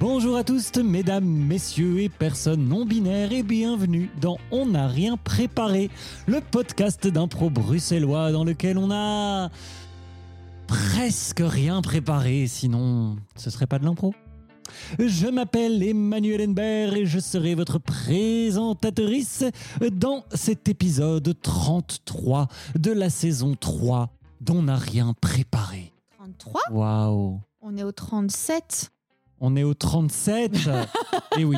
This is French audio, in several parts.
Bonjour à tous, mesdames, messieurs et personnes non binaires et bienvenue dans On n'a rien préparé, le podcast d'impro bruxellois dans lequel on a presque rien préparé, sinon ce serait pas de l'impro. Je m'appelle Emmanuel Henbert et je serai votre présentatrice dans cet épisode 33 de la saison 3 d'On n'a rien préparé. 33 Waouh On est au 37. On est au 37 Et oui,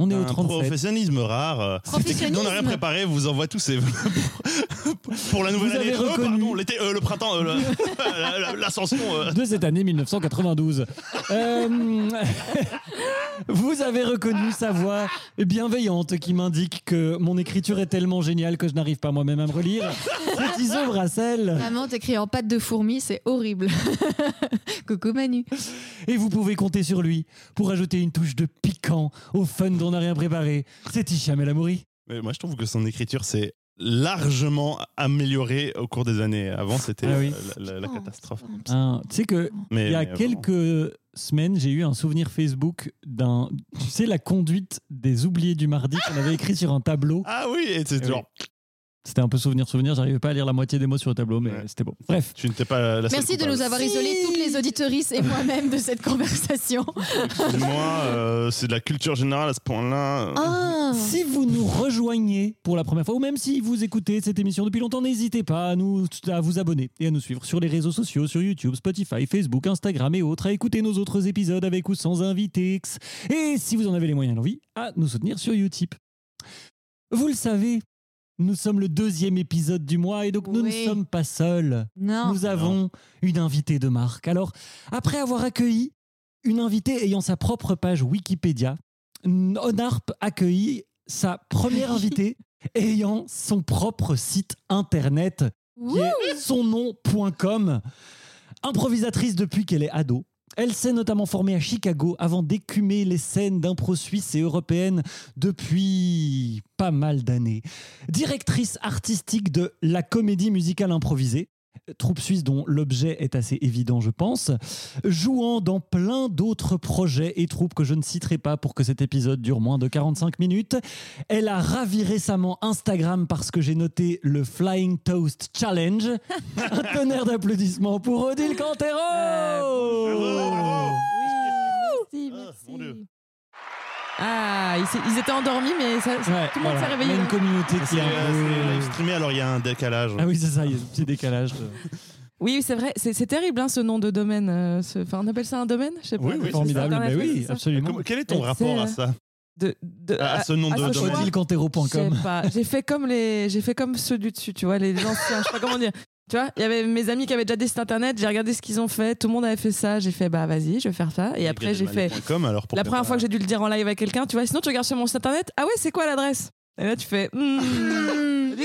on est un au 37. professionnalisme rare. Euh, Professionnalisme. On n'a rien préparé, vous envoie tous ces pour la nouvelle Vous année. avez Euh, reconnu. pardon, l'été, euh, le printemps, euh, le- la- la- l'ascension. euh. de cette année 1992. Euh, vous avez reconnu sa voix bienveillante qui m'indique que mon écriture est tellement géniale que je n'arrive pas moi-même à me relire. C'est Iso Brassel. Maman t'écrit en pâte de fourmi, c'est horrible. Coucou Manu. Et vous pouvez compter sur lui pour ajouter une touche de piquant au fun dont on n'a rien préparé. C'est Hicham El Amouri. Mais moi, je trouve que son écriture s'est largement améliorée au cours des années. Avant, c'était Ah oui. euh, la, la- la Oh. catastrophe. Hein, tu sais que Mais, euh, il y a mais quelques semaines, j'ai eu un souvenir Facebook d'un. Tu sais, la conduite des oubliés du mardi qu'on avait écrit sur un tableau. vraiment. Ah oui, et Eh c'est oui. genre, C'était un peu souvenir, souvenir. J'arrivais pas à lire la moitié des mots sur le tableau, mais Ouais. c'était bon. Bref. tu n'étais pas la- la seule Merci de coupable. nous avoir isolés, toutes les auditrices et moi-même, de cette conversation. Moi, euh, c'est de la culture générale à ce point-là. Ah Si vous nous rejoignez pour la première fois, ou même si vous écoutez cette émission depuis longtemps, n'hésitez pas à, nous, à vous abonner et à nous suivre sur les réseaux sociaux, sur YouTube, Spotify, Facebook, Instagram et autres, à écouter nos autres épisodes avec ou sans invités. Et si vous en avez les moyens et l'envie, à nous soutenir sur Utip. Vous le savez, nous sommes le deuxième épisode du mois et donc nous Oui. ne sommes pas seuls. Non. Nous avons une invitée de marque. Alors, après avoir accueilli une invitée ayant sa propre page Wikipédia, Onarp accueillit sa première invitée ayant son propre site internet qui est sonnom.com. Improvisatrice depuis qu'elle est ado. Elle s'est notamment formée à Chicago avant d'écumer les scènes d'impro suisse et européenne depuis pas mal d'années. Directrice artistique de la comédie musicale improvisée, troupe suisse dont l'objet est assez évident je pense, jouant dans plein d'autres projets et troupes que je ne citerai pas pour que cet épisode dure moins de 45 minutes. Elle a ravi récemment Instagram parce que j'ai noté le Flying Toast Challenge. Un tonnerre d'applaudissements pour Odile Cantero Euh, Bravo, bravo. Merci, Ah, merci. mon Dieu. Ah, ils, s'est- ils étaient endormis, mais ça, ça- Ouais, tout le monde s'est voilà. Il y réveillé. a une communauté qui C'est est un euh, peu- c'est live streamé, alors il y a un décalage. Ah oui, c'est ça, il y a un petit décalage. de- Oui, c'est vrai, c'est c'est terrible hein, ce nom de domaine. euh, ce- Enfin, on appelle ça un domaine Je sais pas. Oui, oui, c'est Formidable, ça, mais Internet, oui, c'est Ah, ça. absolument. Comment- quel est ton Et rapport c'est, à euh, ça De, de- À ah, ce nom à de ce choix. domaine je sais Odilcantero.com. pas. J'ai fait comme les, j'ai fait comme ceux du dessus, tu vois, les anciens. je sais pas comment dire. Tu vois, il y avait mes amis qui avaient déjà des sites internet. J'ai regardé ce qu'ils ont fait. Tout le monde avait fait ça. J'ai fait bah vas-y, je vais faire ça. Et après j'ai fait. Comme alors pour La première fois que j'ai dû le dire en live à quelqu'un, tu vois. Sinon tu regardes sur mon site internet. Ah ouais, c'est quoi l'adresse Et là tu fais. hmm. Mmh.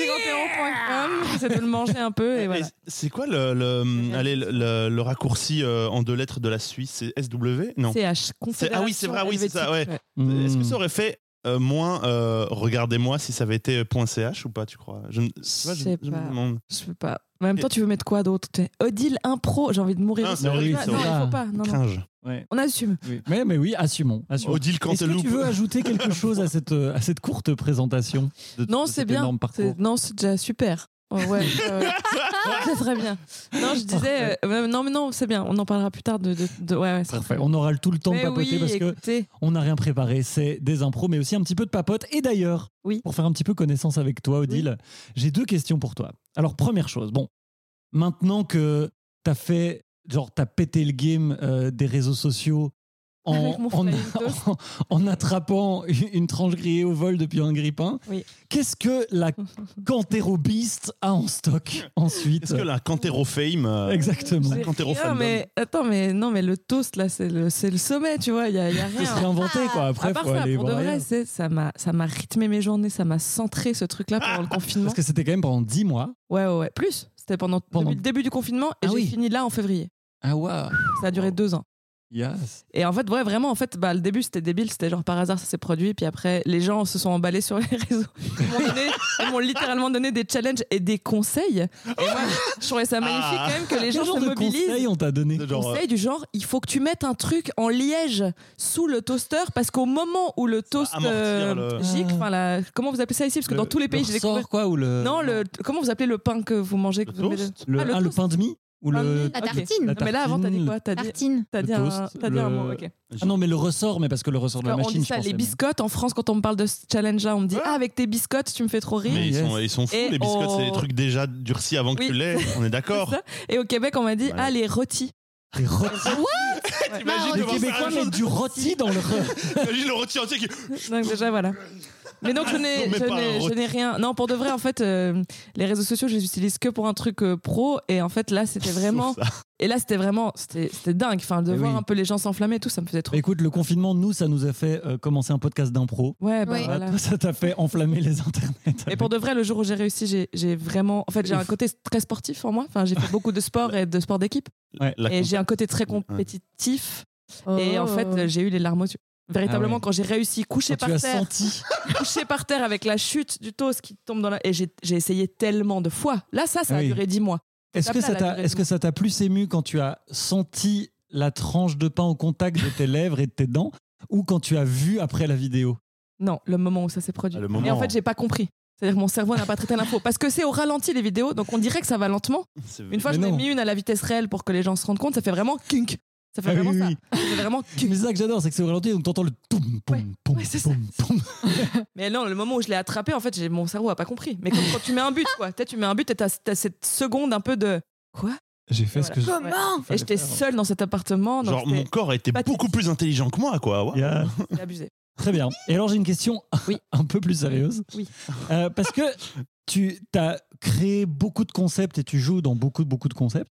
Ligantéon.com, c'est de le manger un peu et voilà. Et C'est quoi le, le, allez, le, le- le raccourci euh, en deux lettres de la Suisse C'est SW Non. CH, C'est- ah oui, c'est vrai, oui, c'est ça, Confédération Hmm. Est-ce que ça aurait fait euh, moins euh, regardez-moi si ça avait été euh, .ch ou pas, tu crois Je ne tu vois, Je sais je, je pas. me demande. Je peux pas. En même temps, tu veux mettre quoi d'autre T'es Odile Impro, j'ai envie de mourir. Non, ici. c'est horrible, Ah, c'est Non, il horrible. faut pas. Non, non. Cringe. Ouais. On assume. Oui. Mais, mais oui, assumons. assumons. Odile Est-ce que Canteloupe. tu veux ajouter quelque chose à cette, euh, à cette courte présentation de- Non, de c'est cet bien. énorme parcours C'est- Non, c'est déjà super. Oh, ouais, euh, c'est très bien. Non, je disais. euh, euh, non, mais non, c'est bien. On en parlera plus tard de. de, de- ouais, ouais, c'est Parfait. On aura le- tout le temps de Mais papoter oui, parce que écoutez, on n'a rien préparé. C'est des impros, mais aussi un petit peu de papote. Et d'ailleurs, Oui. pour faire un petit peu connaissance avec toi, Odile, j'ai deux questions pour toi. Alors, première chose, bon, maintenant que t'as fait, genre, t'as pété le game euh, des réseaux sociaux en, Avec mon en, flying en, en attrapant une une tranche grillée au vol depuis un grippin, Oui. qu'est-ce que la Cantero Beast a en stock ensuite Est-ce que la Cantero Fame euh, Exactement. J'ai- Cantero rien, fandom. mais attends, mais non, mais le toast là, c'est le, c'est le sommet, tu vois. Il y a, il y a Faut se rien. Ah, réinventer, quoi. Après, à part faut ça, aller pour de voir vrai, ailleurs. c'est- ça m'a, ça m'a rythmé mes journées, ça m'a centré ce truc-là pendant le confinement. Parce que c'était quand même pendant 10 mois. Ouais, ouais, ouais. Plus, c'était pendant, Pendant- depuis le début du confinement et Ah j'ai oui. fini là en février. Ah, waouh Ça a duré deux ans. Yes. Et en fait, ouais, vraiment, en fait, bah, le début, c'était débile. C'était genre par hasard, ça s'est produit. Puis après, les gens se sont emballés sur les réseaux. Ils m'ont donné- ils m'ont littéralement donné des challenges et des conseils. Et moi, je trouvais ça magnifique Ah. quand même que les gens Quel genre se de mobilisent. conseils on t'a donné Genre, euh, conseil du genre il faut que tu mettes un truc en liège sous le toaster parce qu'au moment où le toast amortir euh, le- Ah. gicle, enfin la- comment vous appelez ça ici parce que Le- dans tous les pays j'ai découvert sort quoi ou le non le comment vous appelez le pain que vous mangez que Le vous mettez- toast le, Ah, le ah, le toast. pain de mie ou le Le La Ok. tartine. la Non, mais là avant t'as dit tartine, quoi t'as dit Tartine. t'as le dit un toast, t'as dit un le- mot ok Ah non mais le ressort mais parce que le ressort de la Alors, on machine dit je ça pensais, les mais- biscottes en France quand on me parle de ce challenge là on me dit ah avec tes biscottes tu me fais trop rire Mais ils Yes. sont, ils sont fous, Et les biscottes, on- c'est des trucs déjà durcis avant que Oui. tu l'aies, on est C'est d'accord. ça et au Québec on m'a dit Voilà. ah les rôtis Des rôtis. T'imagines Non, Les devant ça, Québécois un mettent jour, du rôti dans leur t'imagines le rôti entier qui. Donc déjà voilà. Mais donc je n'ai- Non, mais je pas un n'ai je rôti. n'ai rien. Non, pour de vrai, en fait, euh, les réseaux sociaux, je les utilise que pour un truc euh, pro. Et en fait, là, c'était vraiment. Ça. Et là, c'était vraiment. C'était c'était dingue. Enfin, de Eh voir oui. un peu les gens s'enflammer et tout, ça me faisait trop. Écoute, le confinement, nous, ça nous a fait euh, commencer un podcast d'impro. Ouais, bah Oui. Ah, voilà. toi, ça t'a fait enflammer les internets. Et pour de vrai, le jour où j'ai réussi, j'ai- j'ai vraiment. En fait, j'ai un côté très sportif en moi. Enfin, j'ai fait beaucoup de sport et de sport d'équipe. Ouais. La Et comp- j'ai un côté très compétitif. Oh. Et en fait, euh, j'ai eu les larmes aux yeux. Véritablement, Ah ouais. quand j'ai réussi couché Quand par tu as terre, senti. couché par terre avec la chute du toast qui tombe dans la. Et j'ai j'ai essayé tellement de fois. Là, ça, ça a Oui. duré dix mois. Est-ce que, T'as pas ça la t'a- durée est-ce que ça t'a plus ému quand tu as senti la tranche de pain au contact de tes lèvres et de tes dents ou quand tu as vu après la vidéo Non, le moment où ça s'est produit. Ah, le Et en moment. fait, j'ai pas compris. C'est-à-dire que mon cerveau n'a pas traité l'info. Parce que c'est au ralenti les vidéos, donc on dirait que ça va lentement. c'est- Une fois, Mais je ai non. mis une à la vitesse réelle pour que les gens se rendent compte, ça fait vraiment kunk. Ça fait Ah oui, vraiment oui, ça. oui. Ça fait vraiment kunk. Mais c'est ça que j'adore, c'est que c'est au ralenti, donc t'entends le toum, poum, Ouais. poum, Ouais, c'est ça. poum, poum. Mais non, le moment où je l'ai attrapé, en fait, j'ai- mon cerveau a pas compris. Mais comme quand tu mets un but, quoi. Peut-être tu mets un but et t'as t'as cette seconde un peu de. Quoi J'ai fait ce que je. Comment Et j'étais seule dans cet appartement, donc Genre, mon c'était corps était pas beaucoup plus intelligent que moi, quoi. ouais. Yeah. c'était abusé. Très bien. Et alors j'ai une question Oui. un peu plus sérieuse. Oui. Euh, parce que tu as créé beaucoup de concepts et tu joues dans beaucoup, beaucoup de concepts.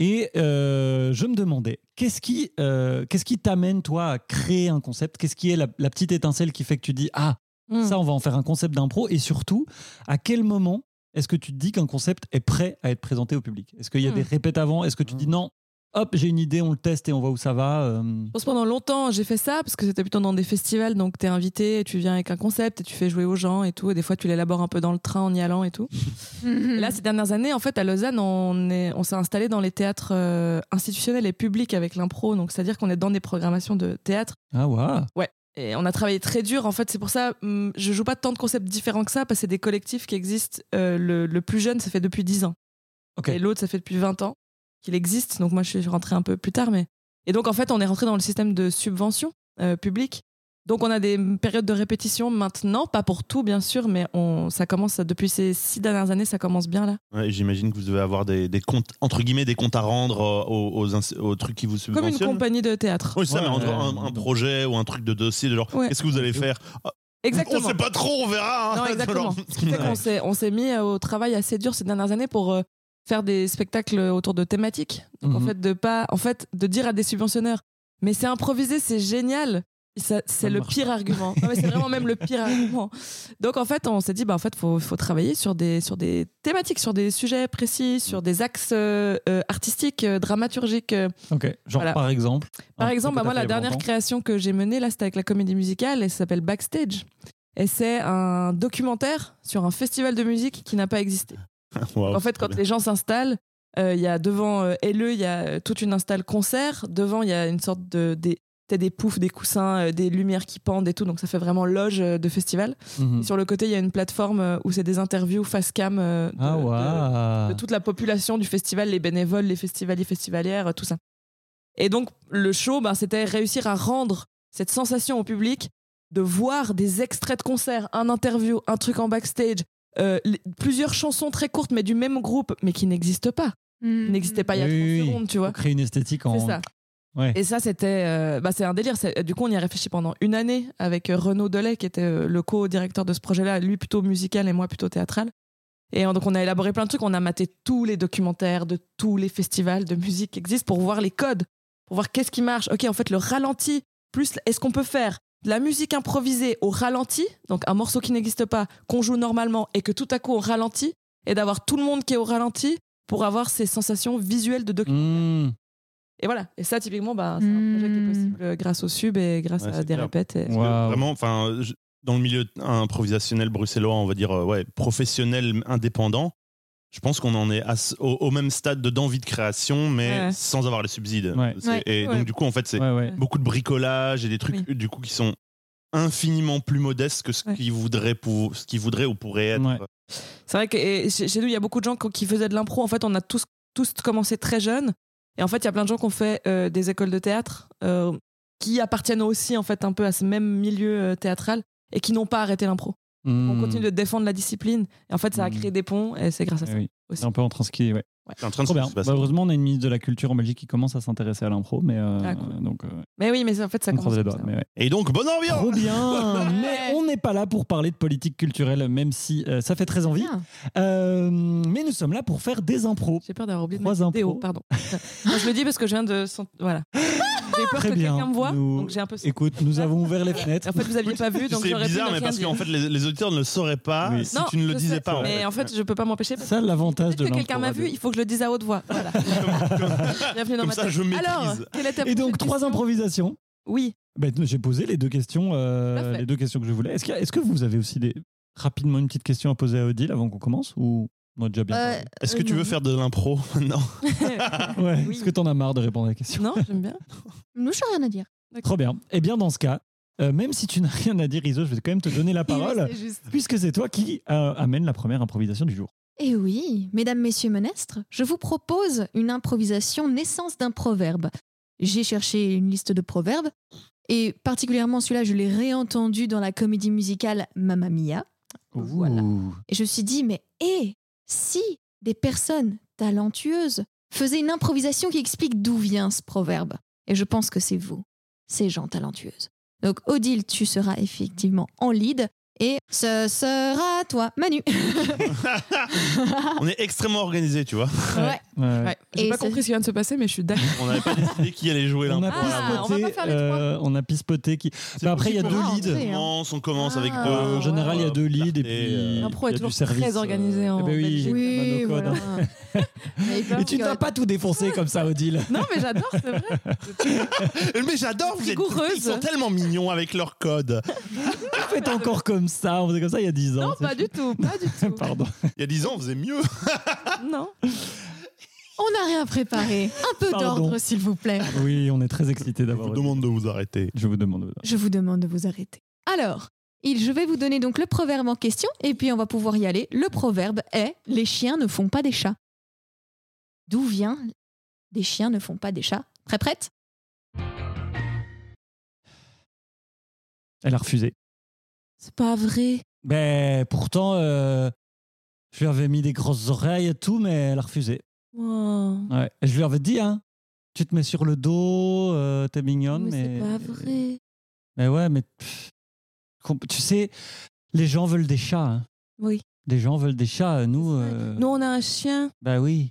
Et euh, je me demandais, qu'est-ce qui euh, qu'est-ce qui t'amène, toi, à créer un concept Qu'est-ce qui est la, la petite étincelle qui fait que tu dis, ah, Hmm. ça, on va en faire un concept d'impro Et surtout, à quel moment est-ce que tu te dis qu'un concept est prêt à être présenté au public Est-ce qu'il y a Hmm. des répètes avant Est-ce que tu Hmm. dis, non, hop, j'ai une idée, on le teste et on voit où ça va euh, Je pense pendant longtemps j'ai fait ça parce que c'était plutôt dans des festivals donc t'es invité et tu viens avec un concept et tu fais jouer aux gens et tout et des fois tu l'élabores un peu dans le train en y allant et tout. Et là ces dernières années en fait à Lausanne on est on s'est installé dans les théâtres euh, institutionnels et publics avec l'impro donc c'est à dire qu'on est dans des programmations de théâtre Ah, waouh et on a travaillé très dur en fait c'est pour ça hum, je joue pas tant de concepts différents que ça parce que c'est des collectifs qui existent euh, le, le plus jeune ça fait depuis 10 ans Ok. et l'autre ça fait depuis 20 ans qu'il existe donc moi je suis rentrée un peu plus tard mais et donc en fait on est rentré dans le système de subvention euh, publique donc on a des périodes de répétition maintenant pas pour tout bien sûr mais on ça commence depuis ces six dernières années ça commence bien là Ouais, J'imagine que vous devez avoir des, des comptes, entre guillemets, des comptes à rendre euh, aux, aux, ins- aux trucs qui vous comme une subventionnent. compagnie de théâtre oui, ça, mais Ouais, entre un, euh, un projet ou un truc de dossier, de genre, Ouais. qu'est-ce que vous allez faire exactement On sait pas trop, on verra. hein. Non, exactement. Genre- Ce qui fait qu'on s'est- on s'est mis euh, au travail assez dur ces dernières années pour euh, faire des spectacles autour de thématiques. Donc en Mhm. fait de pas, en fait de dire à des subventionneurs, mais c'est improvisé, c'est génial. Ça, Ça C'est le marche pire argument. Non, mais c'est vraiment même le pire argument. Donc en fait, on s'est dit, bah en fait, faut, faut travailler sur des, sur des thématiques, sur des sujets précis, sur des axes euh, euh, artistiques, euh, dramaturgiques. euh, Ok, genre Voilà. par exemple. par un exemple, truc bah, que Ah, t'as moi, la fait dernière longtemps. création que j'ai menée, là, c'était avec la comédie musicale et ça s'appelle Backstage. Et c'est un documentaire sur un festival de musique qui n'a pas existé. Wow, en fait, Oh, trop quand les gens s'installent, euh, il y a devant euh, LE, il y a euh, toute une install concert. Devant, il y a une sorte de. Des, t'as des poufs, des coussins, euh, des lumières qui pendent et tout. Donc ça fait vraiment loge euh, de festival. Mhm. Et sur le côté, il y a une plateforme euh, où c'est des interviews face cam euh, de- Ah de- ouais. de toute la population du festival, les bénévoles, les festivaliers, festivalières, euh, tout ça. Et donc, le show, ben, c'était réussir à rendre cette sensation au public de voir des extraits de concerts, un interview, un truc en backstage, euh, les- plusieurs chansons très courtes, mais du même groupe, mais qui n'existent pas. Qui n'existaient pas il y a Oui, 30 oui, oui. secondes, tu vois. Faut créer une esthétique en. C'est ça. Ouais. Et ça, c'était. euh, bah, c'est un délire. C'est- Du coup, on y a réfléchi pendant une année avec euh, Renaud Delay, qui était euh, le co-directeur de ce projet-là, lui plutôt musical et moi plutôt théâtral. Et euh, donc, on a élaboré plein de trucs. On a maté tous les documentaires de tous les festivals de musique qui existent pour voir les codes, pour voir qu'est-ce qui marche. Ok, en fait, le ralenti, plus est-ce qu'on peut faire de la musique improvisée au ralenti, donc un morceau qui n'existe pas, qu'on joue normalement et que tout à coup on ralentit, et d'avoir tout le monde qui est au ralenti pour avoir ces sensations visuelles de documentaire. Mmh. Et voilà. Et ça, typiquement, bah, c'est un projet qui est possible euh, grâce au sub et grâce Ouais, à c'est des clair. répètes. et- Parce que Waouh. Vraiment, enfin, je- dans le milieu improvisationnel bruxellois, on va dire euh, ouais, professionnel indépendant, je pense qu'on en est à ce- au, au même stade de- d'envie de création, mais Ouais. sans avoir les subsides. Ouais. C'est- Ouais. Et Ouais. donc, du coup, en fait, c'est Ouais, ouais. beaucoup de bricolage et des trucs du coup qui sont infiniment plus modestes que ce Ouais. qu'ils voudraient, pour, ce qu'ils voudraient ou pourraient être. euh, Ouais. C'est vrai que et chez chez nous, il y a beaucoup de gens qui- qui faisaient de l'impro. En fait, on a tous, tous commencé très jeunes. Et en fait, il y a plein de gens qui ont fait euh, des écoles de théâtre, euh, qui appartiennent aussi en fait un peu à ce même milieu euh, théâtral et qui n'ont pas arrêté l'impro. On Hmm. continue de défendre la discipline. Et en fait, ça a Mm. créé des ponts et c'est grâce à Eh ça. oui. aussi. C'est un peu en train de skier, ouais. C'est en train de Trop se bien. se passer. Bah, heureusement, on a une ministre de la Culture en Belgique qui commence à s'intéresser à l'impro, mais euh, Ah, cool. donc euh, Mais oui, mais en fait, ça on croise commence. les doigts. comme ça. mais ouais. Et donc, bonne ambiance Trop bien. Ouais. mais on n'est pas là pour parler de politique culturelle, même si euh, ça fait très envie. Euh, mais nous sommes là pour faire des impros. J'ai peur d'avoir oublié de Trois mettre impros. vidéo, pardon. Non, je le dis parce que je viens de. sent- Voilà. J'ai peur Très que bien. quelqu'un me voit, Nous- donc j'ai un peu. Écoute, nous avons ouvert les fenêtres. En fait, vous aviez pas vu, donc C'est j'aurais pu bizarre, ne mais rien parce dire. qu'en fait, les, les auditeurs ne le sauraient pas Oui. si tu ne le je disais sais, pas. en Mais fait. en fait, je peux pas m'empêcher. parce Ça, l'avantage de Peut-être que l'impro. quelqu'un m'a vu, radio. il faut que je le dise à haute voix. Voilà. Bienvenue dans Comme ma ça, tête. je maîtrise. Alors, quelle est ta Et donc, prochaine trois question improvisations. Oui. Ben, J'ai posé les deux questions, euh, Tout à fait. les deux questions que je voulais. Est-ce qu'il y a- est-ce que vous avez aussi des, rapidement une petite question à poser à Odile avant qu'on commence ou on a déjà bien Euh, Est-ce que tu Hum. veux non. faire de l'impro Non. parlé ouais. ah, oui. Est-ce que t'en as marre de répondre à la question Non, j'aime bien. Nous, je rien à dire. Trop bien. Eh bien, dans ce cas, euh, même si tu n'as rien à dire, Iso, je vais quand même te donner la parole C'est juste. puisque c'est toi qui euh, amène la première improvisation du jour. Eh oui, mesdames, messieurs, menestres, je vous propose une improvisation naissance d'un proverbe. J'ai cherché une liste de proverbes, et particulièrement celui-là, je l'ai réentendu dans la comédie musicale Mamma Mia. Voilà. Ouh. Et je me suis dit, mais hé, si des personnes talentueuses faisaient une improvisation qui explique d'où vient ce proverbe Et je pense que c'est vous, ces gens talentueuses. Donc Odile, tu seras effectivement en lead, et ce sera toi, Manu. On est extrêmement organisé, tu vois. Ouais. Ouais. Ouais. J'ai Et pas c'est- compris ce qui vient de se passer, mais je suis d'accord. On n'avait pas décidé qui allait jouer On l'impro. a Ah, à l'avant. on va pispoté. pas faire les trois. euh, on a pispoté qui. C'est Bah, après, il y a possible. deux Ah, leads. On commence, on commence avec Ah, deux. Euh, en général, il y a deux leads et puis. euh, L'impro il y est a toujours du service, très euh, organisée eh en ben oui, Belgique. monocode, Oui, voilà. hein. Et tu ne vas pas tout défoncer comme ça, Odile. Non, mais j'adore, c'est vrai. Euh, Mais j'adore, vous êtes... Rigoureuse. Ils sont tellement mignons avec leur code. Faites encore comme ça. On faisait comme ça il y a 10 ans. Non, c'est pas chou- du tout, pas du tout. Pardon. Il y a dix ans, on faisait mieux. Non. On n'a rien préparé. Un peu Pardon. d'ordre, s'il vous plaît. Oui, on est très excités Je d'avoir. vous demande de vous arrêter. Je vous demande. Je vous demande de vous arrêter. Alors, il- je vais vous donner donc le proverbe en question, et puis on va pouvoir y aller. Le proverbe est Les chiens ne font pas des chats. D'où vient Des chiens ne font pas des chats Très prête Elle a refusé. C'est pas vrai. Ben pourtant, euh, je lui avais mis des grosses oreilles et tout, mais elle a refusé. Wow. Ouais. Et je lui avais dit, hein, tu te mets sur le dos, euh, t'es mignonne, mais. euh, Mais ouais, mais pff, com- tu sais, les gens veulent des chats. hein. Oui. Les gens veulent des chats. Nous, euh, Nous, on a un chien, bah oui.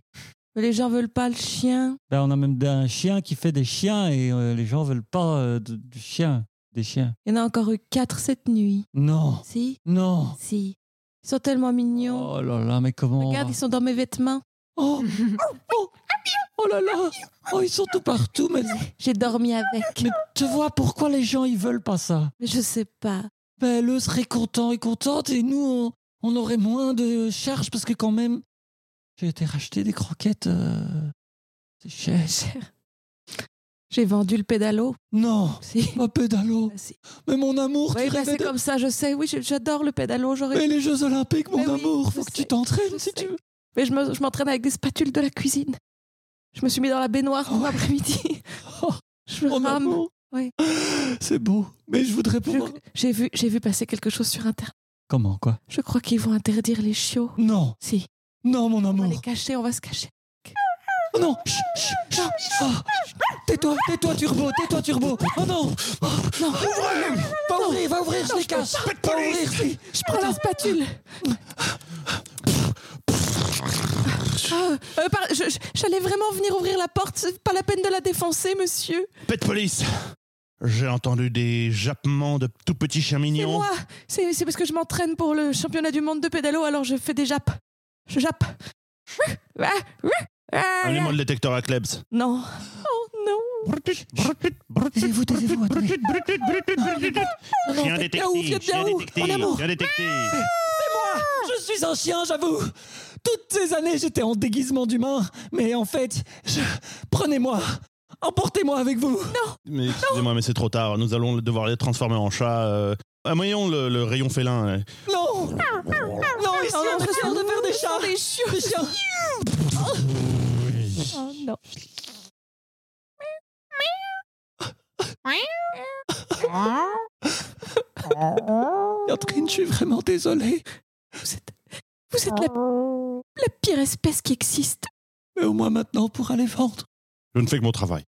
mais les gens veulent pas le chien. Bah, on a même un chien qui fait des chiens et euh, les gens veulent pas euh, de- du chien, des chiens. Il y en a encore eu quatre cette nuit. Non, Si, non. si. Ils sont tellement mignons. Oh là là, mais comment Regarde, ils sont dans mes vêtements. Oh, oh, oh là là. Oh, ils sont tout partout, mais J'ai dormi avec. Mais tu vois pourquoi les gens ils veulent pas ça Mais je sais pas. Ben eux seraient contents et contentes et nous on, on aurait moins de charges parce que quand même j'ai été racheter des croquettes. euh, c'est cher. J'ai vendu le pédalo. Non, Si. pas pédalo. Ah, si. Mais mon amour, Oui, tu bah, rêvais c'est de- comme ça, je sais. Oui, je- j'adore le pédalo. J'aurais... Mais les Jeux Olympiques, mon Mais Bah oui, amour, faut je que tu sais, t'entraînes je si sais. tu veux. Mais je, me- je m'entraîne avec des spatules de la cuisine. Je me suis mis dans la baignoire tout l'après-midi. Oh, Je me Mon rame. amour. Oui. C'est beau, mais je voudrais Je- pouvoir. j'ai, vu, j'ai vu passer quelque chose sur Internet. Comment quoi Je crois qu'ils vont interdire les chiots. Non, Si. non, mon On va amour. les cacher, on va se cacher. Oh non Chut, chut, chut. Ah. Tais-toi, tais-toi Turbo, tais-toi Turbo Oh non Oh, Non Va ouvrir, va ouvrir, je les cache Va ouvrir, si. Je prends la spatule. Ah, euh, par- je- je- j'allais vraiment venir ouvrir la porte. C'est pas la peine de la défoncer, monsieur. Pet police J'ai entendu des jappements de tout petits chiens C'est mignons. moi. C'est c'est parce que je m'entraîne pour le championnat du monde de pédalo, alors je fais des jappes. Je jappe. Ah, ah, ah. Amenez-moi le détecteur à Klebs. Non. Oh Taisez-vous, taisez-vous, attendez. Bien Chien où, détecté, bien Ah, chien où, détecté, en amour. chien détecté. Moi, je suis un chien, j'avoue. Toutes ces années, j'étais en déguisement d'humain, mais en fait, je... prenez-moi, emportez-moi avec vous. Mais excusez-moi, mais c'est trop tard. Nous allons devoir les transformer en chat. Euh... Amoyons le, le rayon félin. euh. Non, non, ils sont en train de faire des chats, Des chiots. des chiens. Oh non. Catherine, je suis vraiment désolé, Vous êtes, vous êtes la, la pire espèce qui existe. mais au moins maintenant pour aller vendre. Je ne fais que mon travail.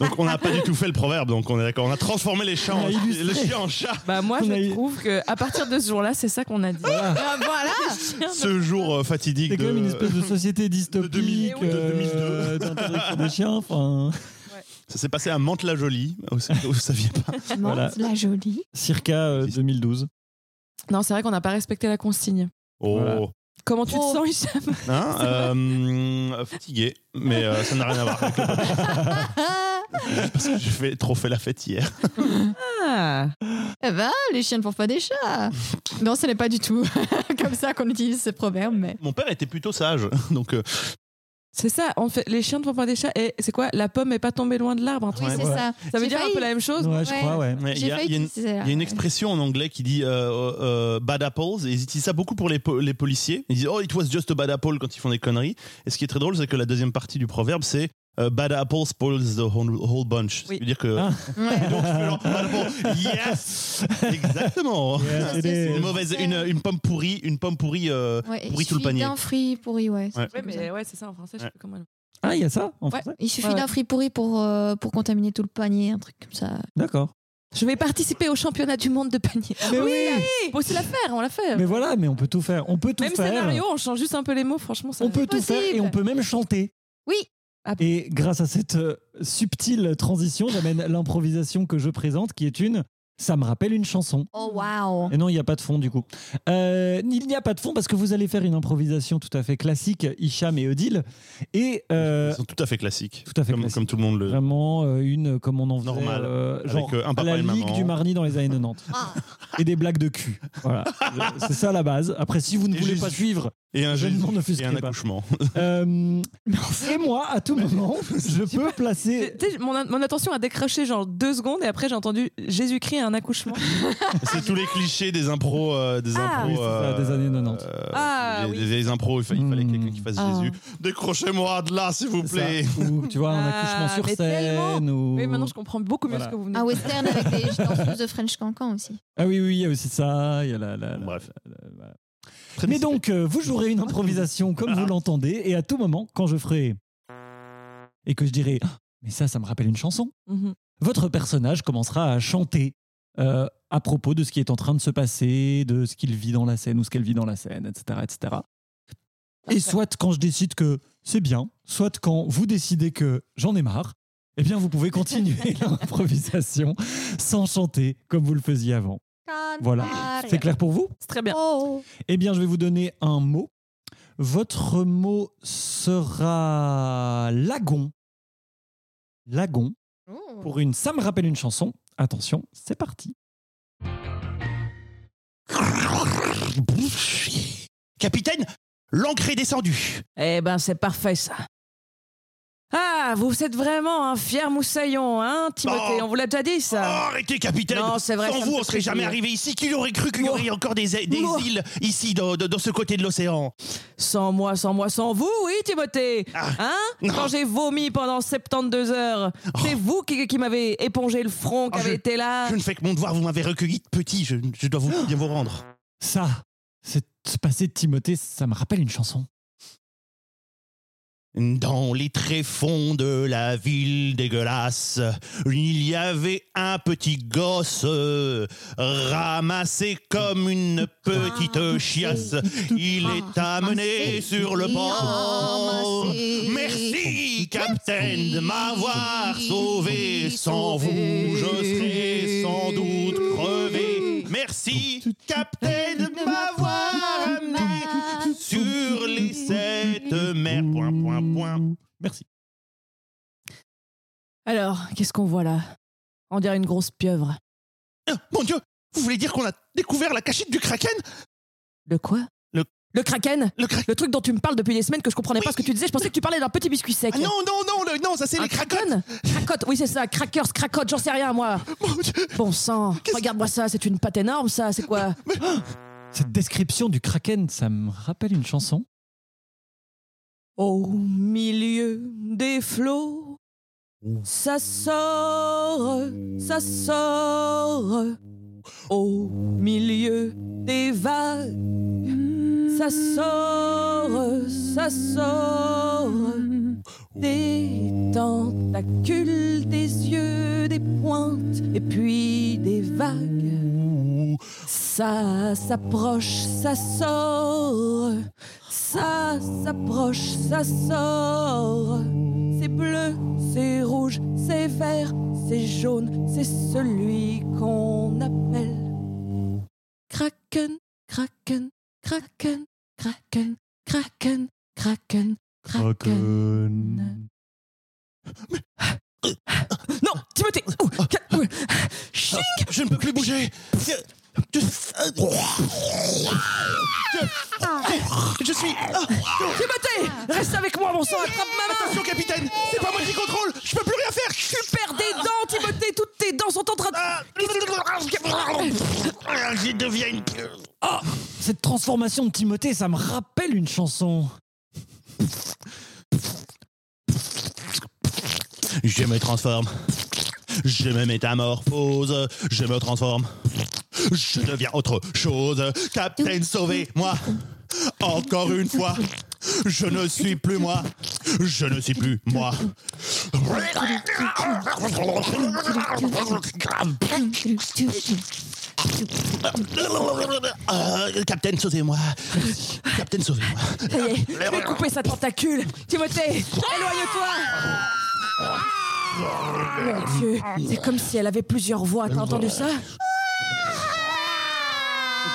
donc on n'a pas du tout fait le proverbe, donc on est d'accord. On a transformé les chats en, On a Ah, illustré. les chiens en chats. Bah moi, On a je eu- trouve que à partir de ce jour-là, c'est ça qu'on a dit. Ah, voilà. Ce jour euh, fatidique C'est de... quand même une espèce de société dystopique, 2000, de euh, 2002. d'interdiction des chiens, enfin, Ça s'est passé à Mantes-la-Jolie, aussi, vous saviez pas. Voilà. La jolie. circa euh, 2012. Non, c'est vrai qu'on n'a pas respecté la consigne. Oh, Voilà. Comment tu Oh. te sens, Hicham Hein, euh, fatigué, mais euh, ça n'a rien à voir avec le podcast, Ah, parce que j'ai fait- trop fait la fête hier. Ah. eh ben, les chiens ne font pas des chats. Non, ce n'est pas du tout comme ça qu'on utilise ce proverbe, mais. Mon père était plutôt sage, donc euh, C'est ça, en fait, les chiens ne font pas des chats. Et c'est quoi La pomme n'est pas tombée loin de l'arbre. un truc. Oui, c'est ouais. ça. Ça veut J'ai dire un failli- peu la même chose. Ouais, je Ouais. crois, ouais. il J'ai y, a- failli il y a une- utiliser- il y a une expression en anglais qui dit euh, euh, bad apples, et ils utilisent ça beaucoup pour les, po- les policiers. Ils disent oh, it was just a bad apple quand ils font des conneries. Et ce qui est très drôle, c'est que la deuxième partie du proverbe, c'est euh, bad apple spoils the whole, whole bunch. Oui. C'est-à-dire que. Ah. Ouais. Donc, genre, bad apple, yes Exactement Yeah, c'est des- Une mauvaise, une, une pomme pourrie, une pomme pourrie. euh, Ouais, Pourri il tout le suffit panier. d'un fruit pourri, ouais. c'est Ouais. comme ça. ouais, c'est ça en français, je sais sais pas comment. Ah, il y a ça en Ouais. français Il suffit Ouais, ouais. d'un fruit pourri pour, euh, pour contaminer tout le panier, un truc comme ça. D'accord. Je vais participer au championnat du monde de panier. Ah, Mais On peut aussi la faire, on l'a fait. Mais voilà, mais on peut tout faire. On peut tout Même faire. scénario, on change juste un peu les mots, franchement. Ça... On peut tout faire et possible. on peut même chanter. Oui. Ah. Et grâce à cette euh, subtile transition, j'amène l'improvisation que je présente, qui est une. Ça me rappelle une chanson. Oh, waouh! Et non, il n'y a pas de fond du coup. Euh, il n'y a pas de fond parce que vous allez faire une improvisation tout à fait classique, Hicham et Odile. Et euh, Ils sont tout à fait classiques. tout à fait Comme, classique. comme tout le monde le. Vraiment euh, une comme on en faisait, Normal. euh, genre euh, un à papa la et une Ligue maman. du Marni dans les années 90 Ah, et des blagues de cul. Voilà, c'est ça la base. Après, si vous ne Et voulez Jésus. pas suivre, Et un, je ne m'en et offusquez un pas. accouchement. Euh, et moi, à tout moment, je peux placer. Tu sais, Mon, mon attention a décroché genre deux secondes et après j'ai entendu Jésus-Christ à un accouchement. C'est tous les clichés des impros. euh, des Ah. impros Oui, c'est ça, euh, des années 90. euh, Ah, des, oui. des vieilles impros, il fa- il fallait Hmm. quelqu'un qui fasse Ah. Jésus. Décrochez-moi de là, s'il vous ça, plaît. ou tu vois, un Ah, accouchement sur mais tellement. scène. Ou... Oui, maintenant je comprends beaucoup mieux Voilà. ce que vous venez un de western avec des danseuses de French Cancan aussi. Ah oui, oui, il y a aussi ça. Il y a la, la- la- Bref. la- la- voilà. Très Mais difficile. donc, euh, vous jouerez une improvisation comme Ah. vous l'entendez, et à tout moment, quand je ferai. et que je dirai. Ah, Mais ça, ça me rappelle une chanson. dire. Mhm. votre personnage commencera à chanter euh, à propos de ce qui est en train de se passer, de ce qu'il vit dans la scène ou ce qu'elle vit dans la scène, etc. etc. Et soit quand je décide que c'est bien, soit quand vous décidez que j'en ai marre, eh bien vous pouvez continuer l'improvisation sans chanter comme vous le faisiez avant. Voilà. C'est clair pour vous C'est très bien. Oh. Eh bien je vais vous donner un mot. Votre mot sera lagon. Lagon pour une Ça me rappelle une chanson. Attention, c'est parti. Capitaine, l'encre est descendue. Eh ben, c'est parfait ça. Ah, vous êtes vraiment un fier moussaillon, hein, Timothée Oh. On vous l'a déjà dit ça. Arrêtez, capitaine. Non, c'est vrai, Sans ça vous, me on fait serait plaisir. jamais arrivé ici. Qui aurait cru qu'il y Moi. aurait encore des, a- des Moi. îles ici, dans, dans- dans ce côté de l'océan Sans moi, sans moi, sans vous, oui, Timothée. Ah. Hein Non. Oh. Quand j'ai vomi pendant 72 heures, c'est vous qui, qui m'avez épongé le front, qui Ah, avez je- été là. Je ne fais que mon devoir. Vous m'avez recueilli de petit. Je, je dois vous, bien vous rendre. Ça, c'est passé de Timothée, ça me rappelle une chanson. Dans les tréfonds de la ville dégueulasse, il y avait un petit gosse euh, ramassé comme une petite chiasse. Il est amené sur le banc. Merci, capitaine, de m'avoir sauvé. Sans vous, je serais sans doute crevé. Merci, capitaine, de m'avoir amené sur les sept mers. Point, point, point. Merci. Alors, qu'est-ce qu'on voit là On dirait une grosse pieuvre. Ah, Mon Dieu Vous voulez dire qu'on a découvert la cachette du Kraken Le quoi Le- Le kraken Le Kraken Le truc dont tu me parles depuis des semaines que je comprenais pas Oui. ce que tu disais, je pensais que tu parlais d'un petit biscuit sec. Ah non, non, non, le- non, ça c'est Un les Kraken kraken Cracotte, oui c'est ça, crackers, cracotte, j'en sais rien moi. Mon Dieu Bon sang, Qu'est-ce- regarde-moi ça, c'est une patte énorme ça, c'est quoi Cette description du kraken, ça me rappelle une chanson. Au milieu des flots, ça sort, ça sort. Au milieu des vagues, ça sort, ça sort. Des tentacules, des yeux, des pointes, et puis des vagues. Ça s'approche, ça sort. Ça s'approche, ça sort. C'est bleu, c'est rouge, c'est vert, c'est jaune, c'est celui qu'on appelle. Kraken, kraken, kraken, kraken, kraken, kraken, kraken. Kraken. Ah, Non, Timothée Ouh, ca- ouh. Chut. Je ne peux plus bouger Je, je suis... Ah, Timothée Reste avec moi, mon sang Attrape ma main attention capitaine C'est pas moi qui contrôle Je peux plus rien faire Je suis- Perds des dents, Timothée Toutes tes dents sont en train de... Ah, Je deviens une... Cette transformation de Timothée, ça me rappelle une chanson. Je me transforme. Je me métamorphose. Je me transforme. Je deviens autre chose. Captain, sauvez-moi. Encore une fois. Je ne suis plus moi. Je ne suis plus moi. Euh, Captain, sauvez-moi. Captain, sauvez-moi. Ça y est, je vais couper sa tentacule Timothée Éloigne-toi Mon Dieu C'est comme si elle avait plusieurs voix, t'as entendu ça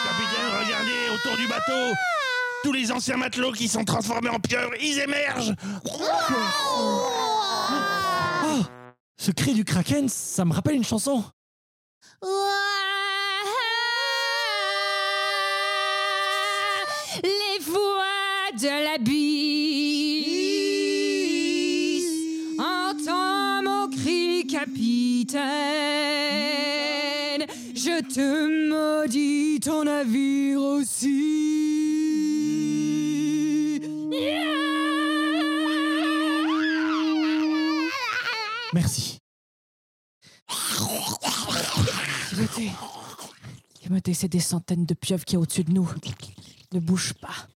Capitaine, regardez autour du bateau. Tous les anciens matelots qui sont transformés en pieuvres, ils émergent. Ah Ce cri du kraken, ça me rappelle une chanson. Les voix de la bise Entends mon cri, capitaine Je te maudis, ton navire aussi Merci. Timothée Timothée, c'est des centaines de pieuvres qui est au-dessus de nous. Ne bouge pas.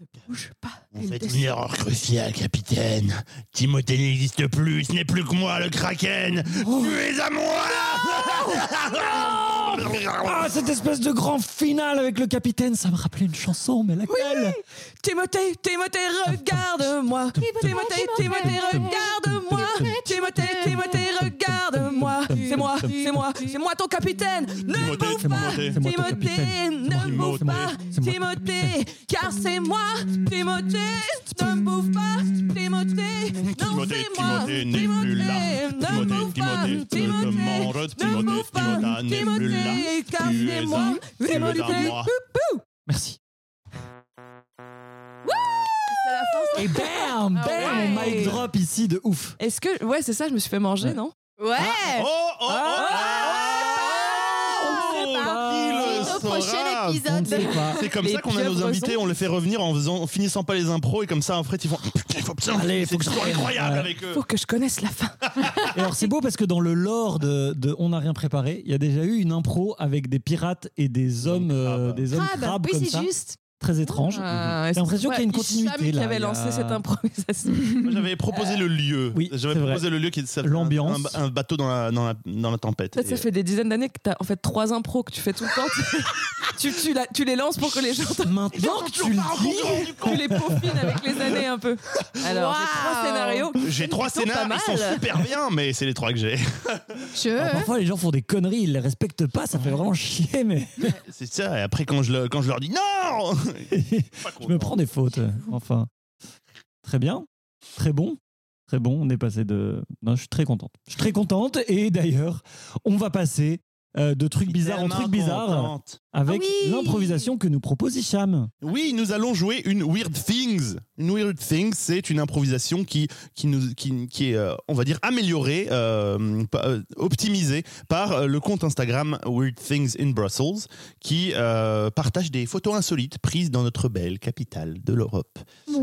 Ne bouge pas. Vous Elle faites descend. une erreur cruciale, capitaine. Timothée n'existe plus, ce n'est plus que moi, le Kraken. Oh. Tu es à moi Ah, cette espèce de grand final avec le capitaine, ça me rappelait une chanson, mais laquelle Timothée, Timothée, regarde-moi. Timothée, Timothée, regarde-moi. Timothée, Timothée, regarde-moi. C'est moi, c'est moi, c'est moi ton capitaine. Ne Timothée, bouge c'est moi, pas, Timothée. C'est moi ton Timothée, capitaine. ne C'est moi, bouge c'est moi, pas, c'est moi ton Timothée, car c'est moi, Timothée, ne bouge pas, Timothée, non Timothée, c'est moi, Timothée Timothée, n'est plus là. ne Timothée, bouge pas, Timothée, te demande, Timothée, ne Timothée, bouge pas, Timotha n'est plus là. Timothée, car Tu es c'est à- moi, tu es à Timothée, moi. Merci. C'est la fin, Et bam, bam, Ah ouais. on mic drop ici de ouf. Est-ce que. Ouais, c'est ça, je me suis fait manger, Ouais. non Ouais Oh, oh, oh, Ah, on sait pas. Au oh, Qui le prochain saura On ne épisode sait pas. C'est comme Les ça qu'on a nos pieuvres invités, sont- on les fait revenir en, faisant, en finissant pas les impros et comme ça après ils font Ah, putain, il faut absolument- Allez, c'est faut que je toujours revienne. incroyable Ouais. avec eux. Faut que je connaisse la fin. Et alors c'est beau parce que dans le lore de, de On n'a rien préparé, il y a déjà eu une impro avec des pirates et des hommes, euh, crabes. des hommes crabes, Crabe, oui comme c'est ça, juste Ah. très étrange. J'ai J'ai l'impression qu'il y a une continuité, qui là, avait il y a- lancé cette improvisation. Moi, J'avais proposé le lieu. Oui, J'avais c'est vrai. proposé le lieu qui est L'ambiance. Un, un bateau dans la, dans la, dans la tempête. Peut-être ça Et- fait des dizaines d'années que t'as en fait trois impros que tu fais tout le temps. tu, tu, la- tu les lances pour que les gens. Maintenant que tu le dis, Tu les peaufines avec les années un peu. Alors, j'ai trois Waouh. scénarios. J'ai trois Ils sont scénars, pas ils sont mal. super bien, mais c'est les trois que j'ai. alors, parfois les gens font des conneries, ils les respectent pas, ça fait vraiment chier, mais C'est ça, et après quand je, le- quand je leur dis non je me prends des fautes. Enfin, très bien, très bon, Très bon, on est passé de. Non, je suis très contente. Je suis très contente et d'ailleurs, on va passer euh, de trucs bizarres en Tellement trucs bizarres contente. avec Ah Oui. l'improvisation que nous propose Hicham. Oui, nous allons jouer une Weird Things. Une Weird Things, c'est une improvisation qui, qui, nous, qui, qui est, euh, on va dire, améliorée, euh, pa- euh, optimisée par euh, le compte Instagram Weird Things in Brussels, qui euh, partage des photos insolites prises dans notre belle capitale de l'Europe.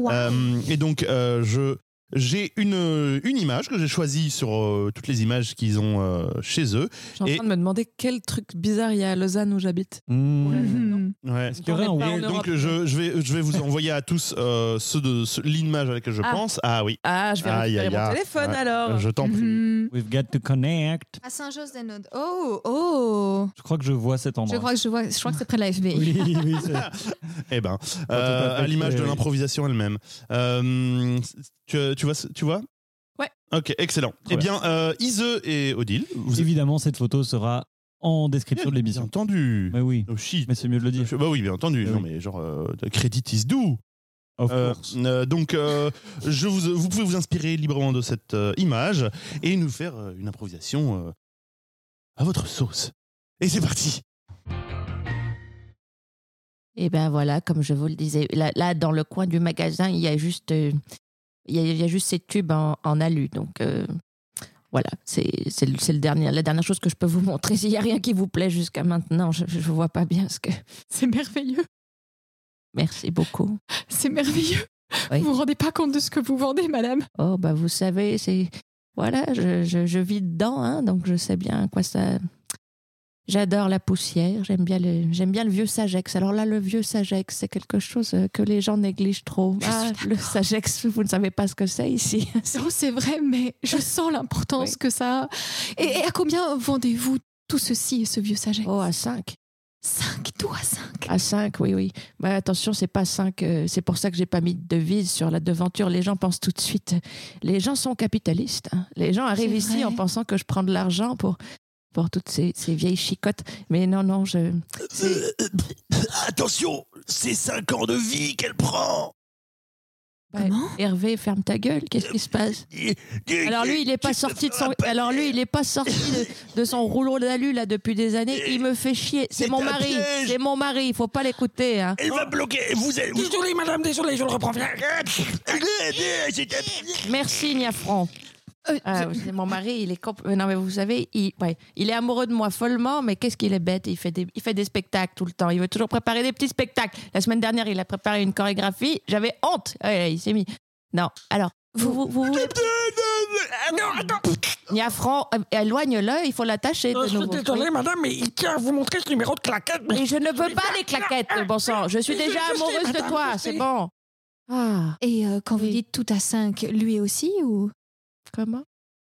Euh, et donc, euh, je. J'ai une, une image que j'ai choisie sur euh, toutes les images qu'ils ont euh, chez eux. Je suis en Et- train de me demander quel truc bizarre il y a à Lausanne où j'habite. Mmh. Mhm. Ouais. Est-ce qu'il y aurait On est un pas weird- en Europe. Donc je, je vais, je vais vous envoyer à tous euh, ceux de ceux- l'image à laquelle je Ah. pense. Ah oui, Ah, je vais Aïe, récupérer aïe, mon aïe. téléphone Ouais. alors. Euh, je t'en prie. Mhm. We've got to connect. À Saint-Joseph-des-Nodes. Oh, oh Je crois que je vois cet endroit. Je crois que je vois, je crois que c'est près de la FBI. Oui, oui, c'est- Eh ben, Pas euh, tout à fait, à l'image de oui. l'improvisation elle-même. Euh, tu, tu vois, ce- tu vois Ouais. Ok, excellent. Très eh bien, euh, Ise et Odile, vous avez Évidemment, cette photo sera en description de bien l'émission. entendu. Mais oui, Oh shit. mais c'est mieux de le dire. Bah oui, bien entendu. Oui. Non mais genre, euh, de crédit is due. Of Euh, course. euh, donc, euh, je vous, vous pouvez vous inspirer librement de cette euh, image et nous faire euh, une improvisation euh, à votre sauce. Et c'est parti. Et ben voilà, comme je vous le disais, là, là, dans le coin du magasin, il y a juste, euh, il y a, il y a juste ces tubes en, en alu. Donc euh, voilà, c'est c'est le, c'est le dernier, la dernière chose que je peux vous montrer. S'il n'y a rien qui vous plaît jusqu'à maintenant, je ne vois pas bien ce que. C'est merveilleux. Merci beaucoup. C'est merveilleux. Oui. Vous vous rendez pas compte de ce que vous vendez, madame Oh bah vous savez, c'est voilà, je, je- je vis dedans, hein, donc je sais bien à quoi ça. J'adore la poussière, j'aime bien le j'aime bien le vieux Sagex. Alors là, le vieux Sagex, c'est quelque chose euh, que les gens négligent trop. Je Ah, suis le Sagex, vous ne savez pas ce que c'est ici. Non, c'est vrai, mais je sens l'importance Oui. que ça a. Et, et à combien vendez-vous tout ceci et ce vieux sagesse Oh, à 5. 5, tout à 5. À 5, oui, oui. Mais attention, c'est pas 5. c'est pour ça que j'ai pas mis de devise sur la devanture. Les gens pensent tout de suite. Les gens sont capitalistes. hein. Les gens arrivent C'est ici vrai. en pensant que je prends de l'argent pour, pour toutes ces, ces vieilles chicottes. Mais non, non, je. c'est- Euh, Attention, c'est 5 ans de vie qu'elle prend. Ben, Comment Hervé, ferme ta gueule. Qu'est-ce qui se passe Alors lui, il n'est pas sorti de son. Alors lui, il est pas sorti de, de son rouleau d'alu là depuis des années. Il me fait chier. C'est C'est mon un mari. piège. C'est mon mari. Il faut pas l'écouter. hein. Elle va bloquer. Vous êtes. Désolé, madame, désolé, je le reprends. Merci Niafran. Euh, Ah, c'est mon mari, il est comp- euh, non mais vous savez, il, ouais, il est amoureux de moi follement, mais qu'est-ce qu'il est bête Il fait des, il fait des spectacles tout le temps. Il veut toujours préparer des petits spectacles. La semaine dernière, il a préparé une chorégraphie. J'avais honte. Ouais, ouais, il s'est mis. Non. Alors, vous, vous, vous voulez Niafran, euh, éloigne le. Il faut l'attacher de Je suis nouveau. désolé, madame, mais il tient à vous montrer ce numéro de claquette. Mais je ne veux pas les claquettes, euh, bon sang. Je suis Je- déjà je sais, amoureuse de madame, toi. je sais. C'est bon. Ah, Et euh, quand vous Oui. dites tout à 5, lui aussi ou comment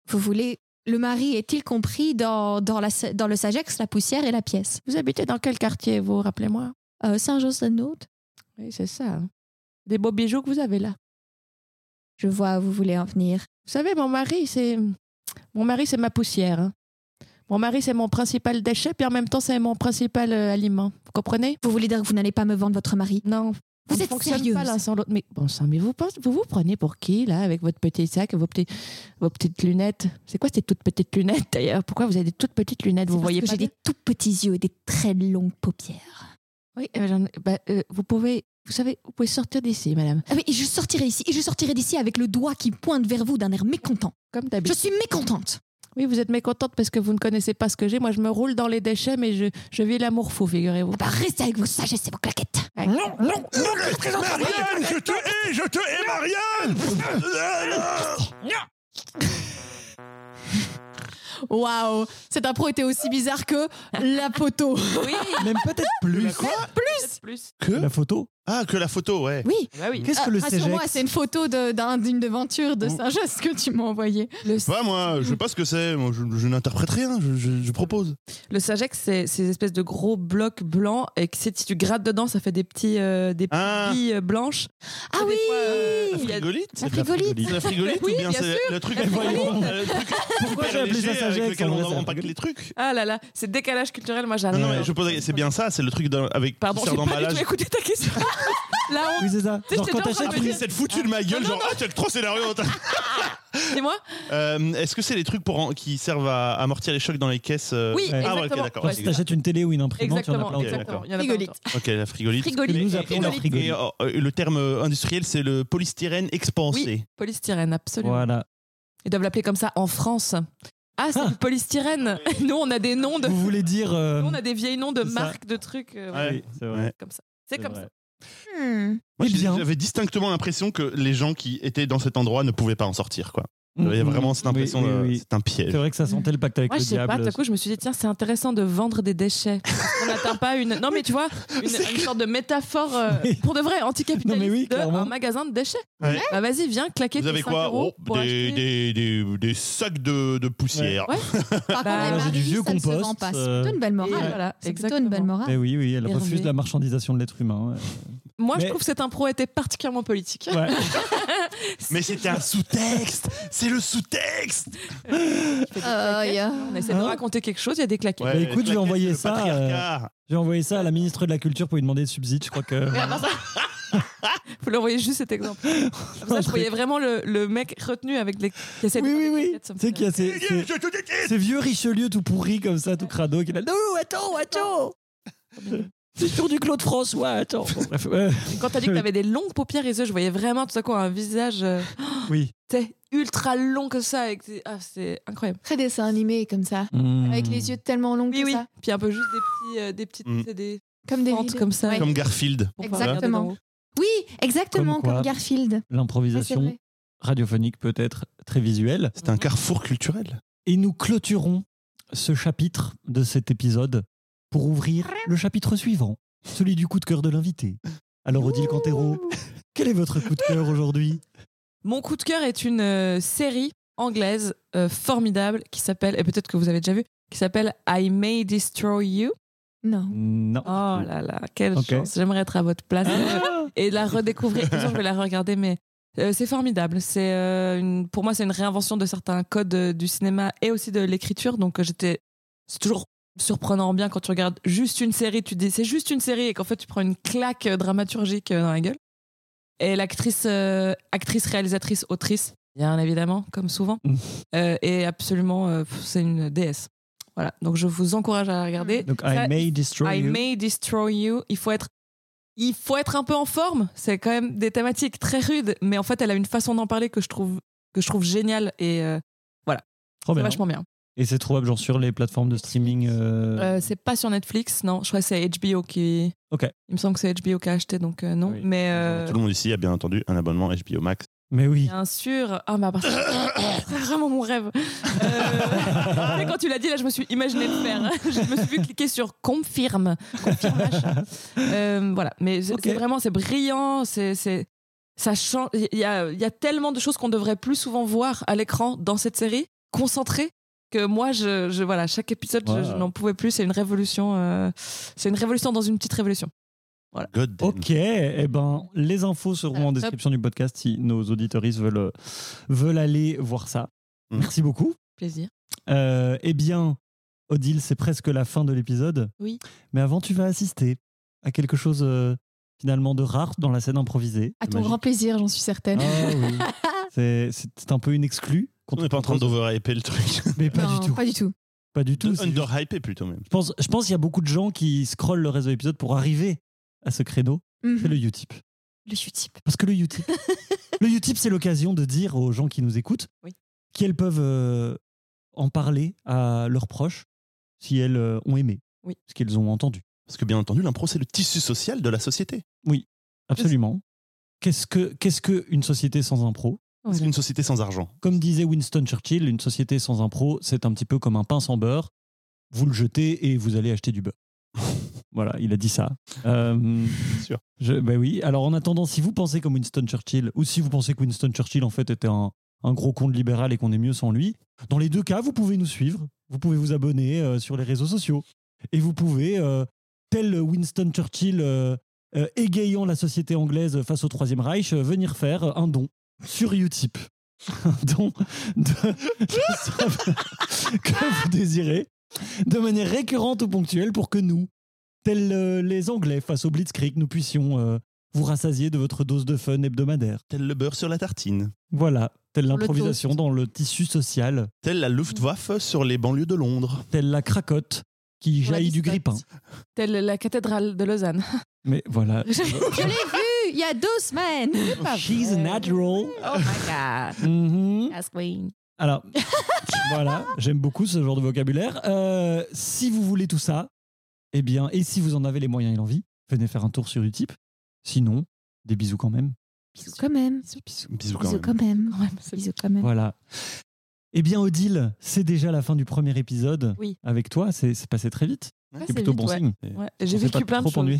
vous voulez le mari est-il compris dans, dans, la, sa- dans le sagex, la poussière et la pièce Vous habitez dans quel quartier Vous rappelez-moi. Euh, Saint-Joseph-de-Note Oui, c'est ça. hein. Des beaux bijoux que vous avez là. Je vois où vous voulez en venir. Vous savez, mon mari, c'est mon mari, c'est ma poussière. hein. Mon mari, c'est mon principal déchet, puis en même temps, c'est mon principal euh, aliment. Vous comprenez Vous voulez dire que vous n'allez pas me vendre votre mari Non. Vous on ne êtes fonctionne sérieuse pas l'un sans l'autre. Mais bon sang, mais vous pensez, vous vous prenez pour qui là, avec votre petit sac, et vos petits, vos petites lunettes C'est quoi ces toutes petites lunettes d'ailleurs Pourquoi vous avez des toutes petites lunettes Vous C'est parce voyez que pas j'ai bien des tout petits yeux et des très longues paupières. Oui, euh, j'en ai- bah, euh, vous pouvez, vous savez, vous pouvez sortir d'ici, madame. Ah oui, et je sortirai ici, et je sortirai d'ici avec le doigt qui pointe vers vous d'un air mécontent. Comme Je d'habitude. suis mécontente. Oui, vous êtes mécontente parce que vous ne connaissez pas ce que j'ai. Moi, je me roule dans les déchets, mais je, je vis l'amour fou, figurez-vous. Ah bah restez avec vos sagesses et vos claquettes. Non, non, non, je présente rien. Marianne, je te hais, je te hais, Marianne. Waouh, cette impro était aussi bizarre que la poteau. Oui, Même peut-être plus plus. plus. la photo. Ah, que la photo, ouais. Ah Oui, Bah Euh, oui. Qu'est-ce que le Oh. rassure-moi, CGEX c'est une photo de- d'un- d'une devanture de Vous- Saint-Just que tu m'as envoyée. Pas moi, je sais pas ce que c'est. Moi, je, je n'interprète rien. Je, je- je propose. Le sagex, c'est ces espèces de gros blocs blancs et que si tu grattes dedans, ça fait des petits euh, des petites Ah. billes euh, blanches. Ah Des oui fois, euh, La il y a- frigolite. La C'est de la frigolite. frigolite. C'est la frigolite Oui, ou bien bien c'est le truc La avec frigolite. le truc Pourquoi j'ai hyper appelé ça léger avec Sagex lequel en vrai, on c'est la empaque frigolite. les trucs. Ah là là, c'est Ah décalage culturel, moi j'adore. Non, non, mais je pose, c'est bien ça, c'est le truc d'un- avec qui Pardon, sert j'ai pas du d'emballage. Ah, tout écouté ta question. La honte. Oui, c'est ça. sais, Genre j'étais quand déjà t'as en train de chopé- me Après, cette foutue de ma gueule, genre, ah, t'as que trois scénarios. t'as- Dis-moi. Euh, Est-ce que c'est les trucs pour en- qui servent à amortir les chocs dans les caisses euh, Oui, ouais. Ah, ouais, ok, exactement. d'accord. Ouais, Si t'achètes une télé ou une imprimante, il y en a plein Exactement, Ok, autour. exactement. d'accord. Il y en a plein Frigolite. autour. Ok, la frigolite. Frigolite. Nous appelons la et- frigolite. et, euh, euh, le terme euh, industriel, c'est le polystyrène expansé. Oui, polystyrène, absolument. Voilà. Ils doivent l'appeler comme ça en France. Ah, c'est Ah. du polystyrène. Nous, on a des noms de. Vous voulez dire. euh, Nous, on a des vieilles noms de c'est ça. marques, de trucs. euh, Ouais. oui, c'est vrai. Ouais. Comme ça. C'est C'est comme vrai. ça. Hmm. Moi, Eh j'ai- bien. j'avais distinctement l'impression que les gens qui étaient dans cet endroit ne pouvaient pas en sortir, quoi. J'avais Mhm. vraiment cette Oui, impression, oui, de- oui. c'est un piège. C'est vrai que ça sentait le pacte avec Moi, je le sais diable. pas, tout à coup, je me suis dit, tiens, c'est intéressant de vendre des déchets. Parce qu'on n'atteint pas une. Non, mais tu vois, une, une sorte de métaphore, euh, Oui. pour de vrai, anticapitaliste, Non, mais oui, de clairement. un magasin de déchets. Ouais. Bah, vas-y, viens claquer Vous tes avez 5 quoi euros Oh, pour des, acheter. des, des- des sacs de, de poussière. Ouais. Par Bah, contre, j'ai les du Marie, vieux ça ne se compost, vend pas. C'est euh, plutôt une belle Et morale. voilà, C'est plutôt une belle exactement. Eh morale. oui, oui, elle Hervé. refuse la marchandisation de l'être humain. Moi, je Mais- trouve que cette impro était particulièrement politique. Ouais. Ouais. Mais c'était un sous-texte C'est le sous-texte Euh, y a- On essaie de Hein raconter quelque chose, il y a des claquettes. Bah, Ouais. écoute, je vais envoyer le ça, patriarcat. J'ai envoyé ça à la ministre de la Culture pour lui demander des subsides. Je crois que. Mais à part ça, faut leur envoyer juste cet exemple. Comme ça, je voyais vraiment le, le mec retenu avec les cassettes. Oui, oui, oui. Tu sais qu'il y a ces, ces, Je te déteste ces vieux Richelieu tout pourri comme ça, tout crado, qui est là. Non, attends, attends C'est toujours du Claude François, attends. Bon, bref, ouais. Quand t'as dit que t'avais des longues paupières et yeux, je voyais vraiment tout à coup un visage euh, Oui. tu sais, ultra long que ça. avec des- ah, c'est incroyable. Très dessin animé comme ça. Hmm. Avec les yeux tellement longs Oui, que oui. ça. Puis un peu juste des petits, euh, des petites, Mm. tu sais, des Comme des pentes rideaux. comme ça. Ouais. Comme Garfield. pour pouvoir regarder Exactement. d'en haut. Oui, exactement Comme comme, quoi. Garfield. Ouais, Ah, c'est L'improvisation vrai. radiophonique peut être très visuelle. C'est un carrefour culturel. Et nous clôturons ce chapitre de cet épisode pour ouvrir le chapitre suivant, celui du coup de cœur de l'invité. Alors Odile Cantero, quel est votre coup de cœur aujourd'hui Mon coup de cœur est une euh, série anglaise euh, formidable qui s'appelle, et peut-être que vous avez déjà vu, qui s'appelle I May Destroy You. Non. Non. Oh là là, quelle Ok. chance. J'aimerais être à votre place Ah et la redécouvrir. Un jour, je vais la regarder, mais euh, c'est formidable. C'est euh, une- pour moi, c'est une réinvention de certains codes euh, du cinéma et aussi de l'écriture. Donc, euh, j'étais, c'est toujours surprenant bien quand tu regardes juste une série, tu te dis c'est juste une série et qu'en fait tu prends une claque euh, dramaturgique euh, dans la gueule. Et l'actrice, euh, actrice, réalisatrice, autrice, bien évidemment, comme souvent, Mhm. euh, est absolument, euh, pff, c'est une déesse. Voilà, donc je vous encourage à la regarder. Donc Ça, I may destroy I you. may destroy you. Il faut être, il faut être un peu en forme. C'est quand même des thématiques très rudes, mais en fait, elle a une façon d'en parler que je trouve que je trouve géniale et euh, Trop c'est bien. vachement bien. Et c'est trouvable genre sur les plateformes de streaming. euh, Euh, c'est pas sur Netflix, non. Je crois que c'est HBO qui. Ok. Il me semble que c'est HBO qui a acheté, donc euh, non. Oui. Mais euh, Tout le monde ici a bien entendu un abonnement HBO Max. Mais oui. bien sûr. Ah mais à part ça, c'est vraiment mon rêve. Euh, mais quand tu l'as dit là, je me suis imaginé le faire. je me suis vu cliquer sur confirme. Confirme achat. Euh, voilà, mais c'est Ok. c'est vraiment c'est brillant, c'est c'est ça change. Il y a, il y a tellement de choses qu'on devrait plus souvent voir à l'écran dans cette série, concentrées, que moi je, je- voilà chaque épisode je- je, Wow. n'en pouvais plus. C'est une révolution, euh, c'est une révolution dans une petite révolution. God damn. Ok, eh ben, les infos seront Voilà, Ah, en top. description du podcast si nos auditoristes veulent, euh, veulent aller voir ça. Mm. Merci beaucoup. Plaisir. Euh, eh bien, Odile, c'est presque la fin de l'épisode. Oui. Mais avant, tu vas assister à quelque chose euh, finalement de rare dans la scène improvisée. À ton Magique. grand plaisir, j'en suis certaine. Ah oui. C'est- C'est c'est un peu une exclue. qu'on On n'est te pas en train propose. d'overhyper le truc. Mais pas Non, du tout. Pas du tout. Pas du tout. c'est juste- Underhyper plutôt même. Je pense, je pense qu'il y a beaucoup de gens qui scrollent le réseau épisode pour arriver à ce créneau. Mhm. C'est le Utip. Le Utip. Parce que le Utip, le Utip, c'est l'occasion de dire aux gens qui nous écoutent Oui. qu'elles peuvent euh, en parler à leurs proches si elles euh, ont aimé Oui. ce qu'elles ont entendu. Parce que bien entendu, l'impro, c'est le tissu social de la société. Absolument. Qu'est-ce que qu'est-ce que une société sans impro C'est une société sans argent. Comme disait Winston Churchill, une société sans impro, c'est un petit peu comme un pain sans beurre. Vous le jetez et vous allez acheter du beurre. voilà, il a dit ça. Euh, sûr. Je, bah oui. Alors en attendant, si vous pensez comme Winston Churchill, ou si vous pensez que Winston Churchill en fait était un, un gros con de libéral et qu'on est mieux sans lui, dans les deux cas, vous pouvez nous suivre, vous pouvez vous abonner euh, sur les réseaux sociaux, et vous pouvez, euh, tel Winston Churchill euh, euh, égayant la société anglaise face au Troisième Reich, euh, venir faire euh, un don sur Utip. Un don de, de somme que vous désirez, de manière récurrente ou ponctuelle pour que nous, tels euh, les Anglais face au Blitzkrieg, nous puissions euh, vous rassasier de votre dose de fun hebdomadaire. Tel le beurre sur la tartine. Voilà, telle Sur le l'improvisation toast. dans le tissu social, Tel la Luftwaffe sur les banlieues de Londres. telle la cracotte qui Sur la jaillit du biscotte. grippin. Telle la cathédrale de Lausanne. Mais voilà. Je l'ai vu il y a deux semaines. She's a natural. Oh my god. Mhm. Yes, queen. Alors, voilà, j'aime beaucoup ce genre de vocabulaire. Euh, si vous voulez tout ça, eh bien, et si vous en avez les moyens et l'envie, venez faire un tour sur Utip. Sinon, des bisous quand même. Bisous quand même. Bisous quand Bisous même. quand même. Bisous quand même. Voilà. Eh bien, Odile, c'est déjà la fin du premier épisode Oui. avec toi. C'est c'est passé très vite. Ouais, C'est c'est plutôt vite, bon ouais. signe. Ouais, On J'ai s'est vécu pas plein de trop choses.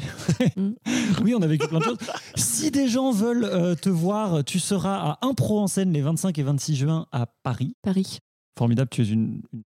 Mm. ennuyé. oui, on a vécu plein de choses. Si des gens veulent euh, te voir, tu seras à Impro en scène les 25 et 26 juin à Paris. Paris. Formidable, tu es une, une-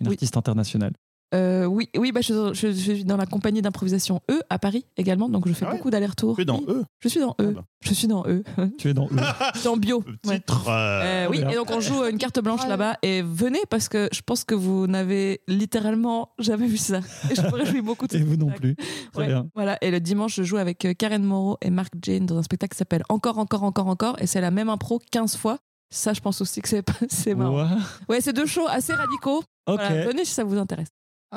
une Oui. artiste internationale. Euh, oui, oui bah, je, suis dans- je- je suis dans la compagnie d'improvisation E à Paris également, donc je fais Ah ouais beaucoup d'allers-retours. Que dans Oui, eux. Je suis dans Ah E. bah. Je suis dans E. Tu es dans le- dans bio. Ouais. Titre. euh, Euh, oui, et donc on joue une carte blanche là-bas et venez parce que je pense que vous n'avez littéralement jamais vu ça. Et je me réjouis beaucoup de Et vous non spectacle. plus. Très Ouais, bien. Voilà, et le dimanche, je joue avec euh, Karen Moreau et Marc Jane dans un spectacle qui s'appelle Encore, encore, encore, encore, et c'est la même impro 15 fois. Ça, je pense aussi que c'est pas- c'est marrant. Ouah. Ouais, c'est deux shows assez radicaux. Ok. Voilà, venez si ça vous intéresse.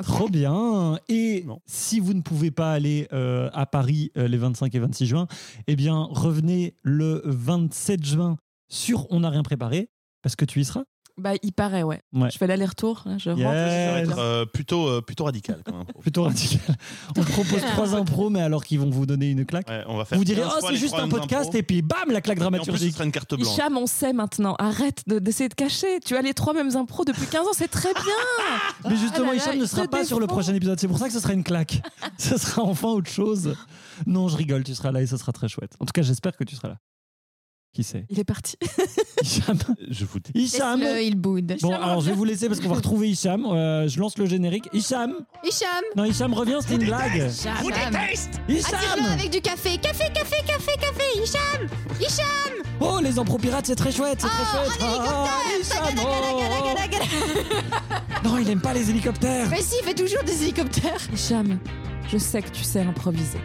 Trop bien. Et Non. si vous ne pouvez pas aller euh, à Paris euh, les 25 et 26 juin, eh bien, revenez le 27 juin sur On n'a rien préparé, parce que tu y seras. Bah, il paraît, ouais. Ouais. Je fais l'aller-retour, hein, je rentre. Yes. je vais être là. euh, plutôt, euh, plutôt radical. quand même. Plutôt radical. On propose trois impros, mais alors qu'ils vont vous donner une claque. Ouais, on va faire Vous direz, 15 oh, fois c'est les juste un programmes podcast, d'impro. et puis bam, la claque Et en plus, ce dramaturgique. sera une carte blanche. Hicham, on sait maintenant. Arrête de- d'essayer de, cacher. Tu as les trois mêmes impros depuis 15 ans, c'est très bien. Mais justement, Ah là là, Hicham ne il sera se pas sur le défend. prochain épisode. C'est pour ça que ce sera une claque. ce sera enfin autre chose. Non, je rigole, tu seras là et ce sera très chouette. En tout cas, j'espère que tu seras là. Qui sait Il est parti. Hicham Je vous dis. Hicham Laisse-le, il boude. Bon, alors je vais vous laisser parce qu'on va retrouver Hicham. Euh, je lance le générique. Hicham Hicham, Non, Hicham, reviens, c'était une blague. Hicham. Attire-le Hicham avec du café. Café, café, café, café. Hicham, Hicham. Oh, les impros pirates, c'est très chouette, c'est Oh, très chouette. Ah, Hicham Bah, oh. Non, il aime pas les hélicoptères. Mais si, il fait toujours des hélicoptères. Hicham, je sais que tu sais improviser.